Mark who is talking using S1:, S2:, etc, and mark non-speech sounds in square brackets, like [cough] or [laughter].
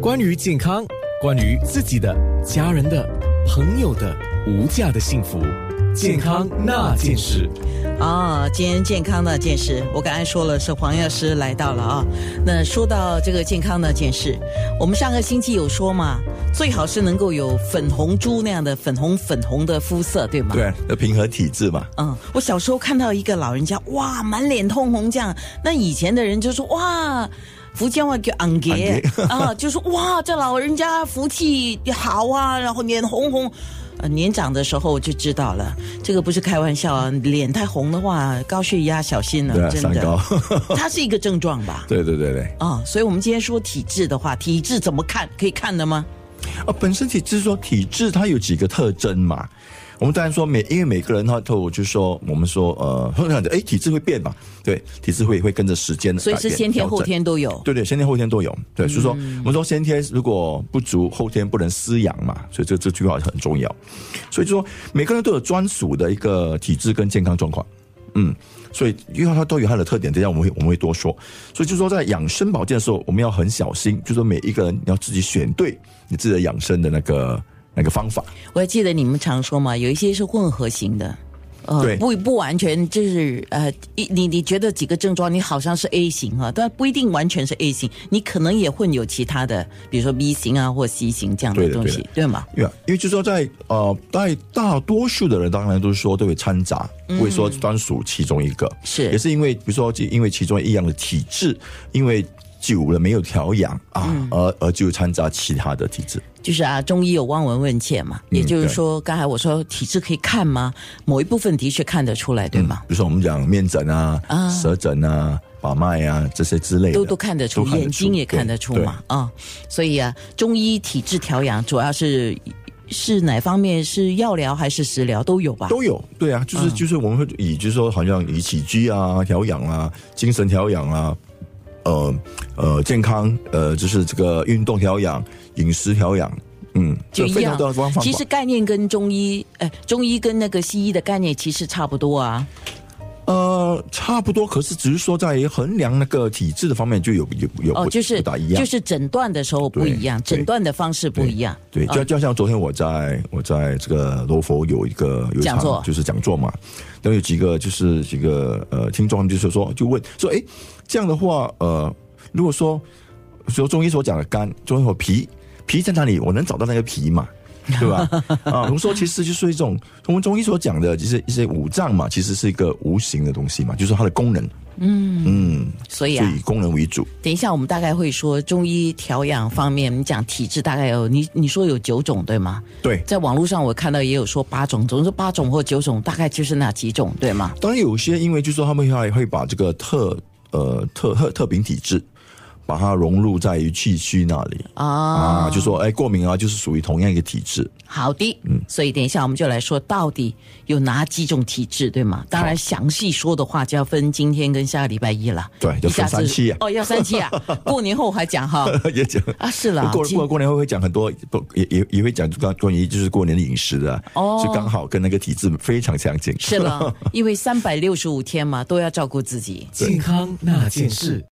S1: 关于健康，关于自己的、家人的、朋友的无价的幸福，健康那件事。
S2: 啊，今天健康那件事，我刚才说了是黄药师来到了啊。那说到这个健康那件事，我们上个星期有说嘛，最好是能够有粉红猪那样的粉红粉红的肤色，对吗？
S3: 对，要平衡体质嘛。
S2: 嗯，我小时候看到一个老人家，哇，满脸通红这样。那以前的人就说，哇，福建话叫昂杰 [laughs] 啊，就说哇，这老人家福气好啊，然后脸红红。呃，年长的时候我就知道了，这个不是开玩笑啊，脸太红的话，高血压小心了，
S3: 对啊，
S2: 嗯真
S3: 三高 [laughs]
S2: 的。。 [laughs] 它是一个症状吧？
S3: 对对对对。
S2: 啊、所以我们今天说体质的话，体质怎么看？可以看的吗？
S3: 啊，本身体质说体质它有几个特征嘛。我们当然说每因为每个人他都我就说我们说呃，通常讲哎体质会变嘛，对，体质会会跟着时间的
S2: 所以
S3: 改
S2: 是
S3: 变
S2: 先天
S3: 调整
S2: 后天都有。
S3: 对对，先天后天都有。对，所以说我们说先天如果不足，后天不能施养嘛，所以这这句话很重要。所以就说每个人都有专属的一个体质跟健康状况，嗯，所以因为它都有它的特点，等一下我们会我们会多说。所以就说在养生保健的时候，我们要很小心，就说每一个人你要自己选对你自己的养生的那个那个方法。
S2: 我还记得你们常说嘛，有一些是混合型的，呃
S3: 对
S2: 不不完全就是呃，一你你觉得几个症状，你好像是 A 型哈、但不一定完全是 A 型，你可能也混有其他的，比如说 B 型啊或 C 型这样的
S3: 对的
S2: 东西，
S3: 对
S2: 对吗？
S3: 因为因为就说在呃，在大多数的人当然都是说都会掺杂，不会说专属其中一个，
S2: 是
S3: 也是因为比如说就因为其中一样的体质，因为久了没有调养啊，
S2: 嗯
S3: 而而就掺杂其他的体质，
S2: 就是啊，中医有望闻问切嘛，也
S3: 嗯
S2: 就是说，刚才我说体质可以看吗？某一部分的确看得出来，对吗？
S3: 比如说我们讲面诊啊、
S2: 啊
S3: 舌诊啊、把脉啊这些之类的，
S2: 都都看得出，
S3: 都看得
S2: 眼睛也看得出
S3: 对
S2: 嘛，啊、所以啊，中医体质调养主要是是哪方面？是药疗还是食疗都有吧？
S3: 都有，对啊，
S2: 嗯
S3: 就是就是我们会以就是说好像以起居啊、调养啊、精神调养啊，呃呃健康呃就是这个运动调养、饮食调养，嗯，
S2: 就
S3: 这
S2: 一
S3: 非
S2: 样
S3: 常多的方法。
S2: 其实概念跟中医，哎，中医跟那个西医的概念其实差不多啊。
S3: 呃差不多，可是只是说在衡量那个体质的方面就有有有
S2: 哦，
S3: 不
S2: 就是
S3: 不大一
S2: 就
S3: 样，
S2: 是诊断的时候不一样，
S3: 对
S2: 诊断的方式不一样。
S3: 对，
S2: 啊
S3: 就就像昨天我在我在这个罗佛有一个有一
S2: 讲座
S3: 场就是讲座嘛，然后有几个就是几个呃听众他们就是说就问说，诶，这样的话呃，如果说说中医所讲的肝，中医所脾，脾在哪里？我能找到那个
S2: [laughs]
S3: 脾嘛？对吧？啊，我们说其实就是一种，我们中医所讲的，就是一些五脏嘛，其实是一个无形的东西嘛，就是它的功能。嗯嗯，
S2: 所以
S3: 所
S2: 啊，
S3: 以以功能为主。
S2: 等一下我们大概会说中医调养方面，你讲体质大概有你你说有九种对吗？
S3: 对，
S2: 在网络上我看到也有说八种，总之八种或九种，大概就是那几种对吗？
S3: 当然有些因为就是说他们还会把这个特呃特特特禀体质，把它融入在于气虚那里。
S2: 啊，
S3: 啊，就说哎，过敏啊，就是属于同样一个体质，
S2: 好的，
S3: 嗯
S2: 所以等一下我们就来说到底有哪几种体质，对吗？当然详细说的话就要分今天跟下个礼拜一了，
S3: 对
S2: 一
S3: 要
S2: 下
S3: 分
S2: 子
S3: 三期啊
S2: 哦，要三期
S3: [laughs]
S2: 啊，过年后还讲哈
S3: [laughs] 也讲
S2: 啊，是啦，
S3: 过
S2: 其
S3: 过过年会会讲很多，不也也也会讲关关于就是过年的饮食的啊，
S2: 哦
S3: 就刚好跟那个体质非常相近。 [laughs]
S2: 是啦，因为三百六十五天嘛，都要照顾自己。
S1: 健康那件事。